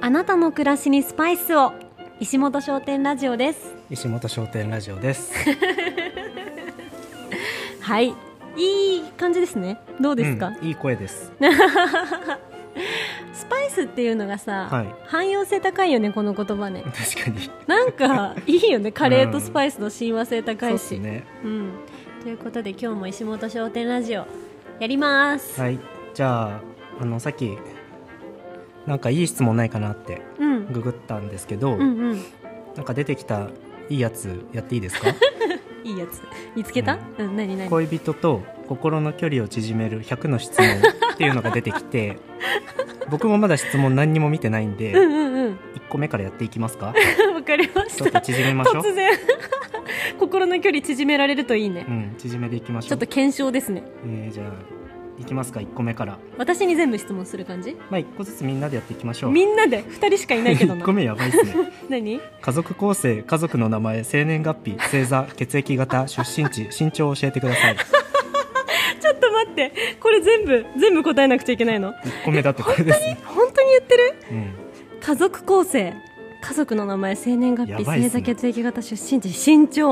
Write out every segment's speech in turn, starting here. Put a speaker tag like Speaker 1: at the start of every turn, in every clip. Speaker 1: あなたの暮らしにスパイスを石本商店ラジオです
Speaker 2: 石本商店ラジオです。
Speaker 1: はいいい感じですねどうですか、
Speaker 2: うんいい声です。
Speaker 1: スパイスっていうのがさ、
Speaker 2: はい
Speaker 1: 汎用性高いよねこの言葉ね
Speaker 2: 確かに。
Speaker 1: なん かいいよねカレーとスパイスの親和性高
Speaker 2: そう
Speaker 1: い
Speaker 2: で
Speaker 1: し、
Speaker 2: す
Speaker 1: うん
Speaker 2: ね。
Speaker 1: ということで今日も石本商店ラジオやります、
Speaker 2: はい。じゃああのさっきなんかいい質問ないかなって
Speaker 1: うん、
Speaker 2: ググったんですけど、
Speaker 1: うんうん
Speaker 2: なんか出てきたいいやつやっていい ですか？
Speaker 1: いいやつ見つけた、うん、何何
Speaker 2: 恋人と心の距離を縮める100の質問っていうのが出てき て、僕もまだ質問何にも見てないん
Speaker 1: う
Speaker 2: で、
Speaker 1: んうんうん
Speaker 2: 1個目からやっていきますか？
Speaker 1: わかりまし
Speaker 2: ちょったと縮めましょう
Speaker 1: 突。然心の距離縮められるといいね、
Speaker 2: うん、縮めていきまし
Speaker 1: ちょっ
Speaker 2: ょ
Speaker 1: と
Speaker 2: う。
Speaker 1: 検証ですね
Speaker 2: えーじゃあいきますか1個目から。
Speaker 1: 私に全部質問する感じ
Speaker 2: まあ1個ずつみんなでやっていきましょう。
Speaker 1: みんなで2人しかいないけど
Speaker 2: 1
Speaker 1: な
Speaker 2: 個目やばいっすね
Speaker 1: 何
Speaker 2: 家族構成家族の名前生年月日星座血液型出身地身長を教えてください
Speaker 1: ちょっと待ってこれ全部全部答えなくちゃいけないの
Speaker 2: 1個目だってこれですね、
Speaker 1: 本当に言ってる
Speaker 2: うん、
Speaker 1: 家族構成家族の名前生年月日、
Speaker 2: やばいっ
Speaker 1: 星
Speaker 2: すね
Speaker 1: 座血液型出身地身長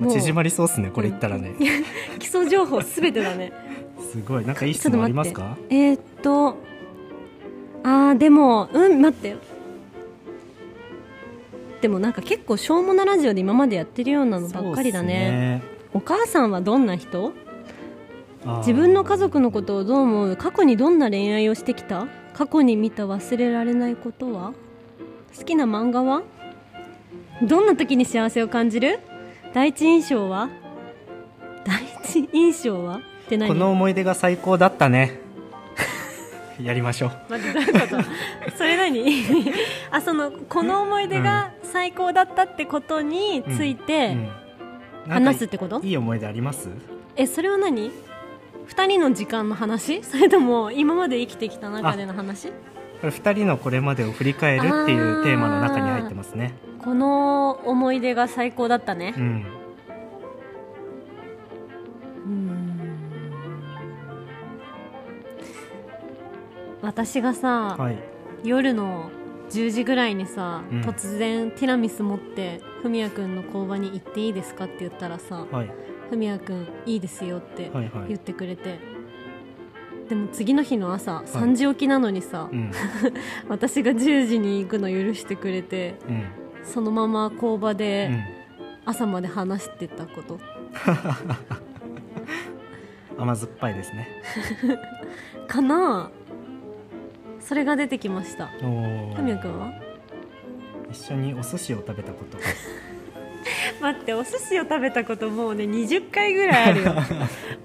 Speaker 2: もう縮ま
Speaker 1: り
Speaker 2: りそうっすねこれ言ったらね、
Speaker 1: 基礎情報すべてだ ね
Speaker 2: すごいなんかいい
Speaker 1: ちょ
Speaker 2: 質
Speaker 1: っと
Speaker 2: 問ありま
Speaker 1: 待
Speaker 2: す
Speaker 1: って
Speaker 2: か
Speaker 1: えー、っとあーでもうん待ってでもなんか結構しょうもなラジオで今までやってるようなのばっかりだねお母さんはどんな人
Speaker 2: そうっすねあー
Speaker 1: 自分の家族のことをどう思う過去にどんな恋愛をしてきた過去に見た忘れられないことは好きな漫画はどんな時に幸せを感じる第一印象は第一印象はって何
Speaker 2: この思い出が最高だっ たねやりましょう
Speaker 1: 待ってどういうことそれ何 あそのこの思い出が最高だったってことについて
Speaker 2: うんなんか
Speaker 1: 話すってこと、
Speaker 2: いい思い出あります
Speaker 1: えそれは何2人の時間の話それとも今まで生きてきた中での話
Speaker 2: これ2人のこれまでを振り返るっていうテーマの中に入ってますね
Speaker 1: この思い出が最高だったね
Speaker 2: う、ん
Speaker 1: 私がさ、
Speaker 2: はい
Speaker 1: 夜の10時ぐらいにさ、
Speaker 2: うん
Speaker 1: 突然ティラミス持ってふみやくんの工場に行っていいですかって言ったらさ
Speaker 2: はい
Speaker 1: ふみやくんいいですよって
Speaker 2: はいは
Speaker 1: 言っ
Speaker 2: い
Speaker 1: てくれて、でも次の日の朝3時起きなのにさ、
Speaker 2: うん
Speaker 1: 私が10時に行くの許してくれて
Speaker 2: うん
Speaker 1: そのまま工場
Speaker 2: う
Speaker 1: で
Speaker 2: ん
Speaker 1: 朝まで話してたこと、
Speaker 2: 甘酸っぱいですね。
Speaker 1: かなそれが出てきました
Speaker 2: ふ
Speaker 1: ふみやくんは
Speaker 2: 一緒にお寿司を食べ たこと。
Speaker 1: 待ってお寿司を食べたこともうね20回ぐらいあ るよ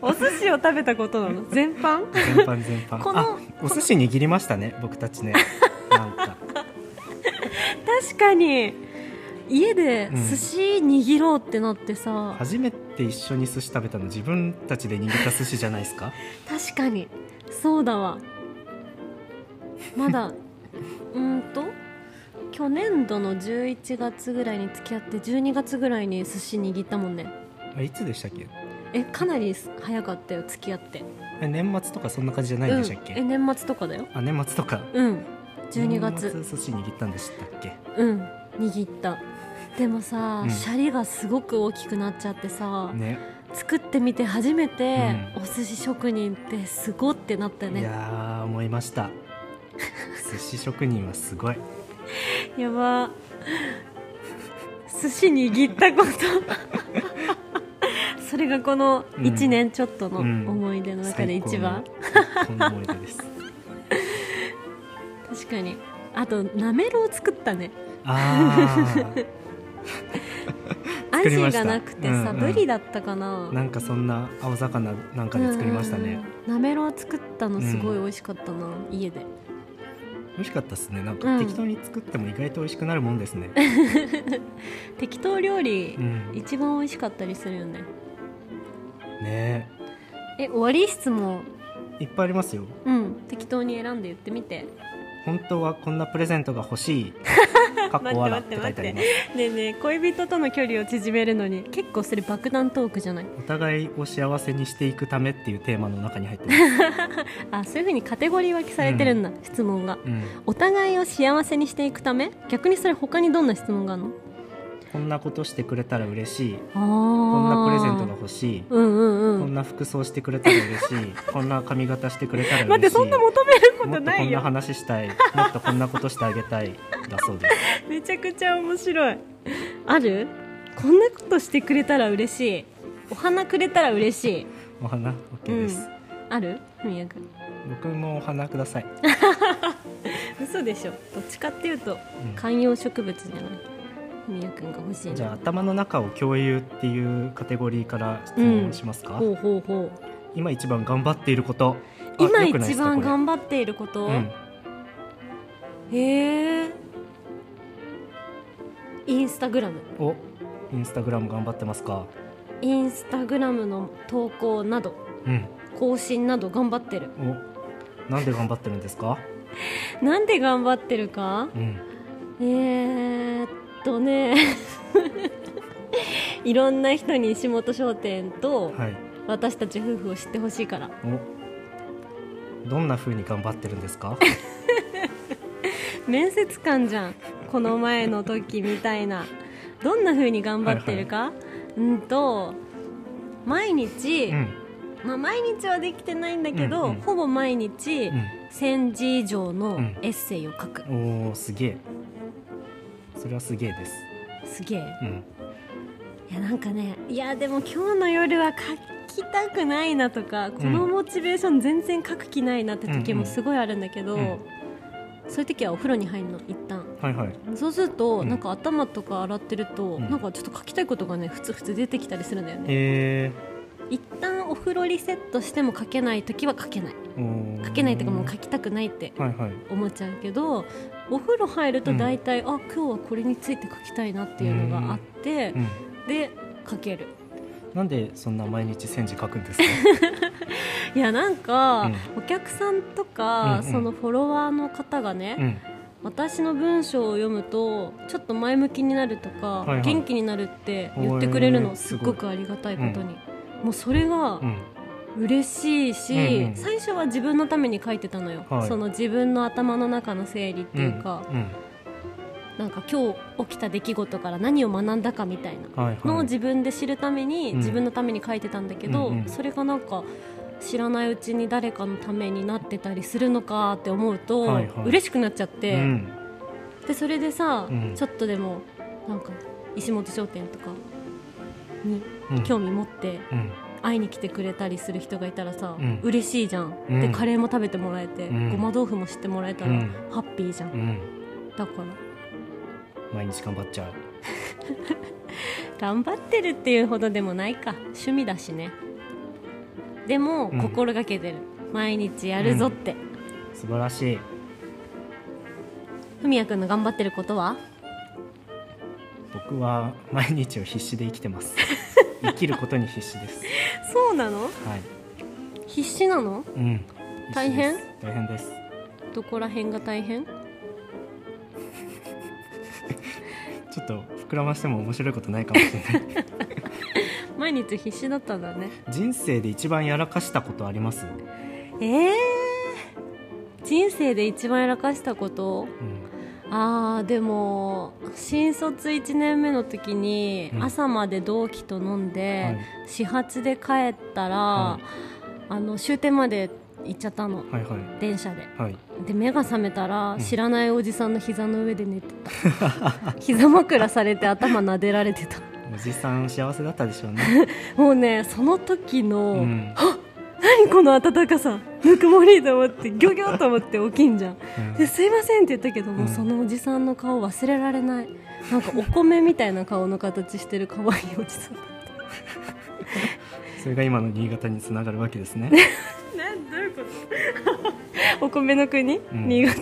Speaker 1: お寿司を食べたことなの全般
Speaker 2: 全般全般。
Speaker 1: この
Speaker 2: あお寿司握りましたね、僕た ちね。なんか。
Speaker 1: 確かに家で
Speaker 2: うん
Speaker 1: 寿司握ろうってなってさ、
Speaker 2: 初めて一緒に寿司食べたの自分たちで握った寿司じゃないですか。
Speaker 1: 確かにそうだわまだ うーんと去年度の11月ぐらいに付き合って12月ぐらいに寿司握ったもんね
Speaker 2: あいつでしたっけ？
Speaker 1: えかなり早かったよ付き合って
Speaker 2: え年末とかそんな感じじゃないんでしたっけ？
Speaker 1: うん、え年末とかだよ
Speaker 2: あ年末とか。
Speaker 1: うん12月
Speaker 2: 年末寿司握ったんでしたっけ？
Speaker 1: うん握ったでもさ、
Speaker 2: うん
Speaker 1: シャリがすごく大きくなっちゃってさ、
Speaker 2: ね。
Speaker 1: 作ってみて初めて、
Speaker 2: う
Speaker 1: お寿司職人ってすごってなったよ
Speaker 2: い
Speaker 1: ね
Speaker 2: やー思いました。寿司職人はすごい。
Speaker 1: やば寿司握ったことそれがこの
Speaker 2: うん
Speaker 1: 1年ちょっとの
Speaker 2: うん
Speaker 1: 思い出の 中で一番、
Speaker 2: 最高の思い出です。
Speaker 1: 確かにあとなめろう作ったね
Speaker 2: ああ。
Speaker 1: ア
Speaker 2: 作り
Speaker 1: ジ
Speaker 2: ました
Speaker 1: がなくてさ、
Speaker 2: うんうん
Speaker 1: ブリだったかな
Speaker 2: なんかそんな青魚なんかで作りました
Speaker 1: うん
Speaker 2: ね
Speaker 1: うん。うんなめろう作ったのすごい美味しかったな、家で
Speaker 2: 美味しかったですね。なん
Speaker 1: う
Speaker 2: か
Speaker 1: ん
Speaker 2: 適当に作っても意外と美味しくなるもんで すね。
Speaker 1: 適当料理、
Speaker 2: うん。
Speaker 1: 一番美味しかったりするよね
Speaker 2: ね
Speaker 1: え終わり質問
Speaker 2: え、いっぱいありますよ。
Speaker 1: うん適当に選んで言ってみて
Speaker 2: 本当はこんなプレゼントが欲しいかっこわらっ
Speaker 1: 待ってて
Speaker 2: 書
Speaker 1: 待
Speaker 2: い
Speaker 1: って
Speaker 2: て
Speaker 1: 待っ
Speaker 2: ありま
Speaker 1: て
Speaker 2: す
Speaker 1: ねえねえ恋人との距離を縮めるのに結構それ爆弾トークじゃない
Speaker 2: お互いを幸せにしていくためっていうテーマの中に入っ てます、
Speaker 1: あそういうふうにカテゴリー分けされてるんだ、質問が
Speaker 2: うん、
Speaker 1: お互いを幸せにしていくため逆にそれ他にどんな質問があるの
Speaker 2: こんなことしてくれたら嬉しい
Speaker 1: あ
Speaker 2: こんな
Speaker 1: こ
Speaker 2: プレゼントが欲しい
Speaker 1: うんうん
Speaker 2: こ
Speaker 1: うんん
Speaker 2: な服装してくれたら嬉し いこんな髪型してくれたら嬉しい
Speaker 1: 待ってそんな求めるこ
Speaker 2: も
Speaker 1: と
Speaker 2: っと
Speaker 1: な
Speaker 2: こ
Speaker 1: い
Speaker 2: んな
Speaker 1: よ
Speaker 2: 話したいもっとこんなことしてあげたいだそうです
Speaker 1: めちゃくちゃ面白いあるこんなことしてくれたら嬉しいお花くれたら嬉しい
Speaker 2: お花 OK です、
Speaker 1: ある文也君
Speaker 2: 僕もお花ください
Speaker 1: 嘘でしょどっちかっていうと
Speaker 2: うん
Speaker 1: 観葉植物じゃない文也君が欲しいな
Speaker 2: じゃあ頭の中を共有っていうカテゴリーから質問しますか、
Speaker 1: ほうほうほう
Speaker 2: 今一番頑張っていることあ
Speaker 1: 今
Speaker 2: よくないで
Speaker 1: 一
Speaker 2: すか
Speaker 1: 番
Speaker 2: これ
Speaker 1: 頑張っていること、
Speaker 2: うん
Speaker 1: へえインスタグラム
Speaker 2: おインスタグラム頑張ってますか
Speaker 1: インスタグラムの投稿など
Speaker 2: うん
Speaker 1: 更新など頑張ってる
Speaker 2: おなんで頑張ってるんですか
Speaker 1: なんで頑張ってるか
Speaker 2: うん
Speaker 1: えー、っとね いろんな人に石本商店と
Speaker 2: はい
Speaker 1: 私たち夫婦を知ってほしいから
Speaker 2: おどんな風に頑張ってるんで すか
Speaker 1: 面接官じゃんこの前の時みたいなどんな風に頑張ってるか、うんと毎日、
Speaker 2: うん
Speaker 1: まあ、毎日はできてないんだけど、
Speaker 2: うんうん
Speaker 1: ほぼ毎日、1000字以上の
Speaker 2: うん
Speaker 1: エッセイを書く、
Speaker 2: うんおーすげえそれはすげえです
Speaker 1: すげえ
Speaker 2: うん
Speaker 1: いやなんかねいやでも今日の夜は書きたくないなとかこのモチベーション全然書く気ないなって時もすごいあるんだけど、
Speaker 2: うんうん
Speaker 1: そういう時はお風呂に入るの一旦
Speaker 2: はいはい
Speaker 1: そうすると、
Speaker 2: うん
Speaker 1: なんか頭とか洗ってると、
Speaker 2: うん
Speaker 1: なんかちょっと書きたいことがねふつふつ出てきたりするんだよね
Speaker 2: え
Speaker 1: 一旦お風呂リセットしても書けない時は書けない
Speaker 2: ー、おー
Speaker 1: 書けないとかもう書きたくないって
Speaker 2: はいはい
Speaker 1: 思っちゃうけどお風呂入ると大体、あ今日はこれについて書きたいなっていうのがあって
Speaker 2: う、ん
Speaker 1: で書ける
Speaker 2: なんでそんな毎日千字書くんですか
Speaker 1: いやなんか、
Speaker 2: う
Speaker 1: お客さんとか、
Speaker 2: うんうん
Speaker 1: そのフォロワーの方がね、
Speaker 2: うん
Speaker 1: 私の文章を読むとちょっと前向きになるとか、
Speaker 2: いはい
Speaker 1: 元気になるって言ってくれる
Speaker 2: へ
Speaker 1: の
Speaker 2: ー
Speaker 1: す
Speaker 2: す
Speaker 1: っ
Speaker 2: ごい
Speaker 1: ごくありがたいことに、もうそれが
Speaker 2: うん
Speaker 1: 嬉しいし、
Speaker 2: うんうん
Speaker 1: 最初は自分のために書いてたのよ、
Speaker 2: はい
Speaker 1: その自分の頭の中の整理っていうか、
Speaker 2: うん
Speaker 1: なんか今日起きた出来事から何を学んだかみたいな
Speaker 2: うんはい
Speaker 1: のを
Speaker 2: はい
Speaker 1: 自分で知るために、
Speaker 2: うん
Speaker 1: 自分のために書いてたんだけど、
Speaker 2: うんうん
Speaker 1: それがなんか知らないうちに誰かのためになってたりするのかって思うと、
Speaker 2: はいはい
Speaker 1: 嬉しくなっちゃって、
Speaker 2: うん
Speaker 1: でそれでさ、
Speaker 2: うん
Speaker 1: ちょっとでもなんか石本商店とかに
Speaker 2: うん
Speaker 1: 興味持って
Speaker 2: うん
Speaker 1: 会いに来てくれたりする人がいたらさ、
Speaker 2: うん
Speaker 1: 嬉しいじゃん、
Speaker 2: うん
Speaker 1: でカレーも食べてもらえて、
Speaker 2: うん
Speaker 1: ごま豆腐も知ってもらえたら、
Speaker 2: うん
Speaker 1: ハッピーじゃん、
Speaker 2: うん
Speaker 1: だから
Speaker 2: 毎日頑張っちゃう
Speaker 1: 頑張ってるっていうほどでもないか趣味だしねでも、
Speaker 2: うん
Speaker 1: 心がけてる毎日やるぞって
Speaker 2: 素晴らしい
Speaker 1: ふみやくんの頑張ってることは
Speaker 2: 僕は毎日を必死で生きてます 生きることに必死です
Speaker 1: そうなの
Speaker 2: はい
Speaker 1: 必死なの
Speaker 2: うん
Speaker 1: 大変
Speaker 2: 必死です大変です
Speaker 1: どこら辺が大変
Speaker 2: ちょっと膨らましても面白いことないかもしれない
Speaker 1: 毎日必死だったんだね
Speaker 2: 人生で一番やらかしたことあります、う
Speaker 1: ええ人生で一番やらかしたこと
Speaker 2: ん、
Speaker 1: あーでも新卒1年目の時に
Speaker 2: うん
Speaker 1: 朝まで同期と飲んで、
Speaker 2: はい
Speaker 1: 始発で帰ったら、
Speaker 2: は
Speaker 1: あの終点まで行っちゃったの
Speaker 2: はいはい
Speaker 1: 電車で
Speaker 2: はい
Speaker 1: で目が覚めたら
Speaker 2: ん
Speaker 1: 知らないおじさんの膝の上で寝て た膝枕されて頭撫でられてた
Speaker 2: おじさん幸せだったでしょうね、
Speaker 1: もうねその時の、
Speaker 2: うん
Speaker 1: 何この暖かさぬくもりと思ってギョギョと思って起きんじゃん
Speaker 2: うん
Speaker 1: で、すいませんって言ったけども、
Speaker 2: うん
Speaker 1: そのおじさんの顔忘れられないなんかお米みたいな顔の形してる可愛いおじさん
Speaker 2: それが今の新潟につながるわけです ね、
Speaker 1: なんどういうこと お米の国、
Speaker 2: うん
Speaker 1: 新潟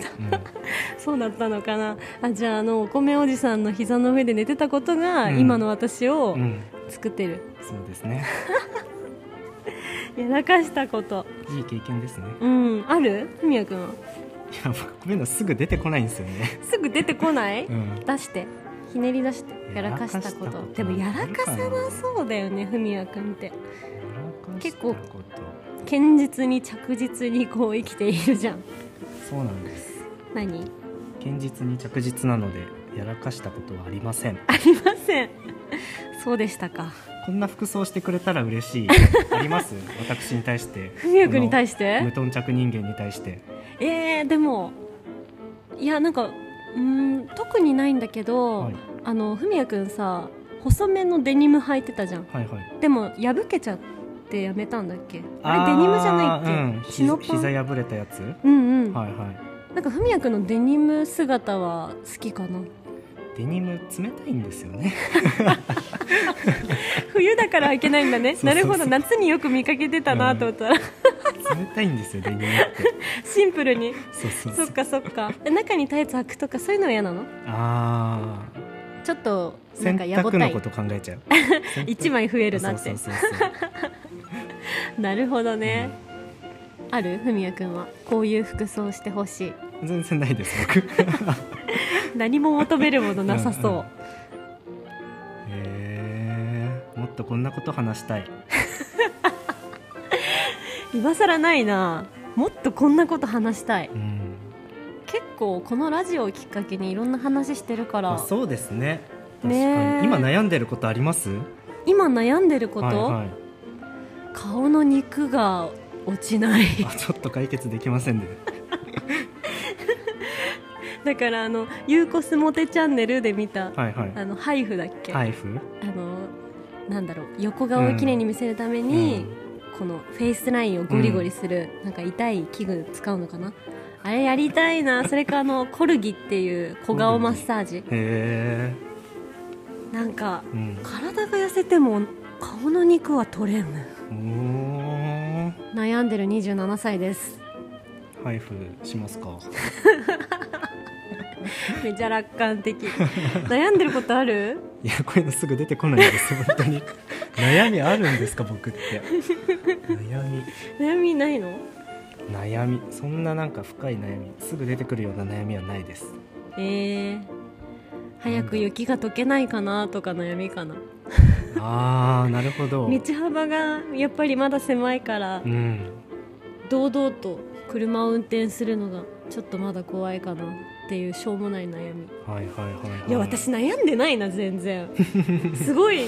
Speaker 2: うん
Speaker 1: そうだったのかなあじゃああのお米おじさんの膝の上で寝てたことが、
Speaker 2: うん
Speaker 1: 今の私を
Speaker 2: うん、
Speaker 1: 作ってる、
Speaker 2: そうです ね
Speaker 1: やらかしたこと
Speaker 2: いい経験ですね
Speaker 1: うんあるふみやくんは
Speaker 2: や僕こういうのすぐ出てこないんですよね、
Speaker 1: すぐ出てこない
Speaker 2: うん、
Speaker 1: 出してひねり出してやらかしたこと
Speaker 2: やらかしたこと
Speaker 1: でもやらかさなそうだよねふみやくんって結構
Speaker 2: やらかしたこと
Speaker 1: 堅実に着実にこう生きているじゃん
Speaker 2: そうなんです
Speaker 1: 何
Speaker 2: 堅実に着実なのでやらかしたことはありません
Speaker 1: ありませんそうでしたか
Speaker 2: こんな服装してくれたら嬉 しいあります私に対して
Speaker 1: ふみやくんに対し
Speaker 2: 無
Speaker 1: て
Speaker 2: 頓着人間に対して
Speaker 1: えー、でもいやなんかうーん特にないんだけど、
Speaker 2: はい
Speaker 1: あのふみやくんさ細めのデニム履いてたじゃん
Speaker 2: はいはい
Speaker 1: でも破けちゃってやめたんだっけあれデニムじゃないっけ、
Speaker 2: う
Speaker 1: チ
Speaker 2: ん
Speaker 1: ノ
Speaker 2: ひ
Speaker 1: パン
Speaker 2: 膝破れたやつ、
Speaker 1: うんうん、
Speaker 2: はいはい
Speaker 1: なんかふみやくんのデニム姿は好きかな
Speaker 2: デニム冷たいんですよね
Speaker 1: 冬だからいけないんだね
Speaker 2: そうそうそう
Speaker 1: なるほど夏によく見かけてたなと思 ったら、
Speaker 2: 冷たいんですよデニムって
Speaker 1: シンプルに
Speaker 2: そうそうそ
Speaker 1: そうっかそっかで中にタイツ履くとかそういうのは嫌なの
Speaker 2: ああ
Speaker 1: ちょっとな
Speaker 2: 洗
Speaker 1: んかやぼ
Speaker 2: 濯
Speaker 1: た
Speaker 2: の
Speaker 1: い
Speaker 2: こと考え ちゃう
Speaker 1: 一枚増えるなって
Speaker 2: そうそうそうそう
Speaker 1: なるほどね、あるふみやくんはこういう服装してほしい
Speaker 2: 全然ないです 僕
Speaker 1: 何も求めるものなさそう
Speaker 2: うんうんへえもっとこんなこと話したい
Speaker 1: 今更ないなもっとこんなこと話したい
Speaker 2: うん
Speaker 1: 結構このラジオをきっかけにいろんな話してるから、
Speaker 2: まあそうですね確かに
Speaker 1: ねえ
Speaker 2: 今悩んでることあります
Speaker 1: 今悩んでること、
Speaker 2: はいはい
Speaker 1: 顔の肉が落ちない
Speaker 2: あちょっと解決できませんね
Speaker 1: だからあの「ゆうこすもてチャンネル」で見た、
Speaker 2: はいはい
Speaker 1: あのハイフだっけ、
Speaker 2: 配布
Speaker 1: あのなんだろう横顔をきれいに見せるために、このフェイスラインをゴリゴリする、なんか痛い器具使うのかなあれやりたいなそれかあのコルギっていう小顔マッサージ
Speaker 2: へえ
Speaker 1: なんか
Speaker 2: うん
Speaker 1: 体が痩せても顔の肉は取れん
Speaker 2: おー
Speaker 1: 悩んでる27歳です
Speaker 2: 配布しますか
Speaker 1: めちゃ楽観的 悩んでることある
Speaker 2: いやこういうのすぐ出てこないんです本当に悩みあるんですか僕って悩み
Speaker 1: 悩みないの
Speaker 2: 悩みそんななんか深い悩みすぐ出てくるような悩みはないです
Speaker 1: えー、早く雪が溶けないかなとか悩みかな
Speaker 2: あーなるほど
Speaker 1: 道幅がやっぱりまだ狭いから
Speaker 2: うん
Speaker 1: 堂々と車を運転するのがちょっとまだ怖いかなっていうしょうもない悩み
Speaker 2: はいはいはい、はい、
Speaker 1: いや私悩んでないな全 然すごい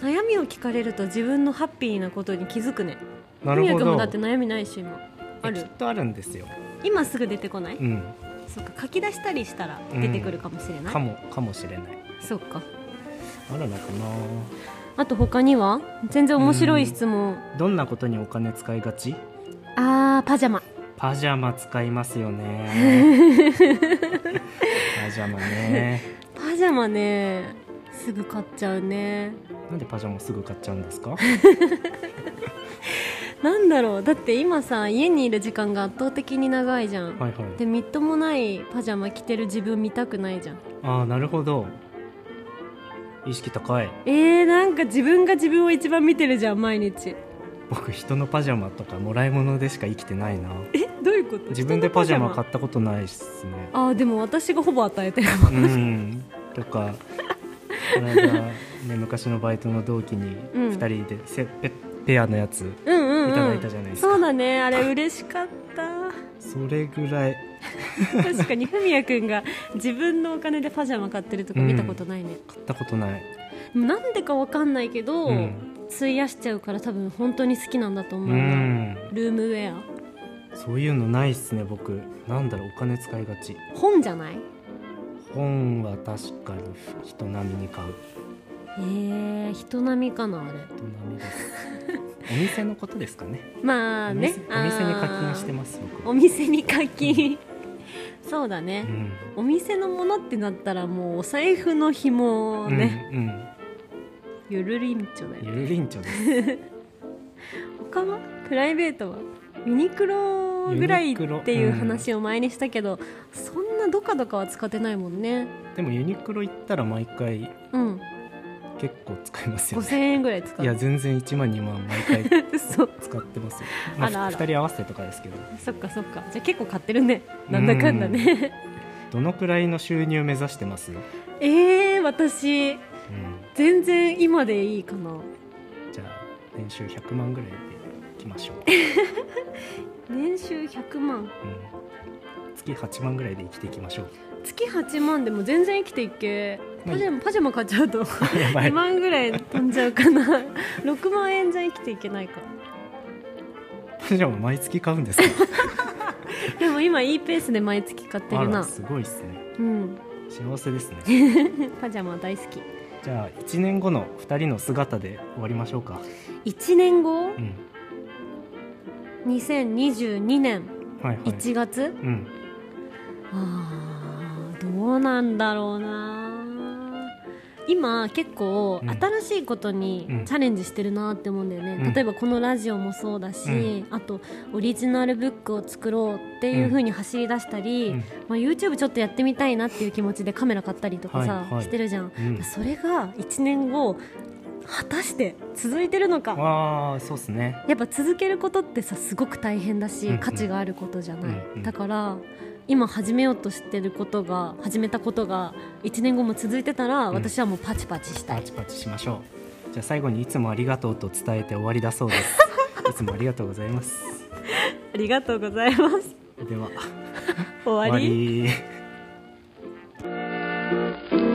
Speaker 1: 悩みを聞かれると自分のハッピーなことに気づくね
Speaker 2: なる
Speaker 1: 文也
Speaker 2: ほ
Speaker 1: 君も
Speaker 2: ど
Speaker 1: だって悩みないし今あ
Speaker 2: き
Speaker 1: る
Speaker 2: っとあるんですよ
Speaker 1: 今すぐ出てこない、
Speaker 2: うん
Speaker 1: そっか書き出したりしたら出てくるかもしれない、
Speaker 2: かもかもしれない
Speaker 1: そっか
Speaker 2: あるのかな
Speaker 1: あと他には全然面白い質問
Speaker 2: どんなことにお金使いがち
Speaker 1: あーパジャマ
Speaker 2: パジャマ使いますよね パジャマね
Speaker 1: パジャマねすぐ買っちゃうね
Speaker 2: なんでパジャマすぐ買っちゃうんですか
Speaker 1: なんだろうだって今さ家にいる時間が圧倒的に長いじゃん、
Speaker 2: はいはい
Speaker 1: でみっともないパジャマ着てる自分見たくないじゃん
Speaker 2: ああなるほど意識高い
Speaker 1: えー、なんか自分が自分を一番見てるじゃん毎日
Speaker 2: 僕人のパジャマとかもらい物でしか生きてないな
Speaker 1: えどういうこと
Speaker 2: 自分でパジャマ買
Speaker 1: っ
Speaker 2: ったことないっすね
Speaker 1: あーでも私がほぼ与え てる
Speaker 2: うんとかこの間、ね、昔のバイトの同期に
Speaker 1: うん
Speaker 2: 2人でせペペアのやつ
Speaker 1: うんうん、うん、
Speaker 2: いただいたじゃないですか
Speaker 1: そうだねあれ嬉しかった
Speaker 2: それぐらい
Speaker 1: 確かにふみやくんが自分のお金でパジャマ買ってるとか見たことないね、
Speaker 2: 買ったことない、
Speaker 1: でもなんでかわかんないけど、
Speaker 2: うん
Speaker 1: 費やしちゃうから多分本当に好きなんだと思
Speaker 2: う
Speaker 1: うな、
Speaker 2: ん、
Speaker 1: ルームウェア
Speaker 2: そういうのないっすね僕なんだろうお金使いがち
Speaker 1: 本じゃない
Speaker 2: 本は確かに人並みに買う
Speaker 1: えー、人並みかなあれ
Speaker 2: 人並みですお店のことですかね
Speaker 1: まあね
Speaker 2: お店お店に課金して
Speaker 1: ま
Speaker 2: ます僕
Speaker 1: お店に課金そうだね
Speaker 2: う、ん
Speaker 1: お店のものってなったらもうお財布の紐をね、
Speaker 2: うんうん
Speaker 1: ゆるりんちょだよ
Speaker 2: ゆるりんちょです
Speaker 1: 他はプライベートはユニクロぐらいっていう話を前にしたけど、そんなどかどかは使ってないもんね
Speaker 2: でもユニクロ行ったら毎回
Speaker 1: うん
Speaker 2: 結構使いますよ
Speaker 1: 5000
Speaker 2: ね
Speaker 1: 円ぐらい使
Speaker 2: いうや全然1万2万毎回
Speaker 1: 嘘
Speaker 2: 使っ てますよ、まあ、
Speaker 1: あらあら
Speaker 2: 2人合わせてとかですけど
Speaker 1: そっかそっかじゃあ結構買ってるねなんだかんだね
Speaker 2: どのくらいの収入目指してます、う
Speaker 1: えー、私
Speaker 2: ん、
Speaker 1: 全然今でいいかな
Speaker 2: じゃあ年収100万ぐらいでいきましょう、
Speaker 1: 年収100万
Speaker 2: うん、月8万ぐらいで生きていきましょう
Speaker 1: 月8万でも全然生きていけ
Speaker 2: ま
Speaker 1: パ
Speaker 2: あ
Speaker 1: ジャマパジャマ買っちゃうと
Speaker 2: やば
Speaker 1: 2
Speaker 2: い
Speaker 1: 万ぐらい飛んじゃうかな 6万円じゃ生きていけ ないか
Speaker 2: じゃあもう毎月買う んですか
Speaker 1: でも今いいペースで毎月買って
Speaker 2: あ
Speaker 1: る
Speaker 2: ら
Speaker 1: な
Speaker 2: すごいですね
Speaker 1: うん
Speaker 2: 幸せですね
Speaker 1: パジャマ大好き
Speaker 2: じゃあ1年後の2人の姿で終わりましょうか
Speaker 1: 1年後
Speaker 2: うん
Speaker 1: 2022年
Speaker 2: はいはい
Speaker 1: 1月、
Speaker 2: うん
Speaker 1: あーどうなんだろうな今結構
Speaker 2: うん
Speaker 1: 新しいことに
Speaker 2: うん
Speaker 1: チャレンジしてるなって思うんだよね、
Speaker 2: うん
Speaker 1: 例えばこのラジオもそうだし、あとオリジナルブックを作ろうっていう風に走り出したり、
Speaker 2: うん
Speaker 1: まあ、YouTube ちょっとやってみたいなっていう気持ちでカメラ買ったりとかさ、
Speaker 2: はいはい
Speaker 1: してるじゃん、
Speaker 2: うん
Speaker 1: それが1年後果たして続いてるのか
Speaker 2: ああそうですね
Speaker 1: やっぱ続けることってさすごく大変だし、
Speaker 2: うんうん
Speaker 1: 価値があることじゃない、
Speaker 2: うんうん
Speaker 1: だから今始めようとしてることが始めたことが1年後も続いてたら、
Speaker 2: うん
Speaker 1: 私はもうパチパチした
Speaker 2: パ
Speaker 1: い
Speaker 2: チパチしましょうじゃあ最後にいつもありがとうと伝えて終わりだそうですいつもありがとうございます
Speaker 1: ありがとうございます
Speaker 2: では
Speaker 1: 終わり
Speaker 2: り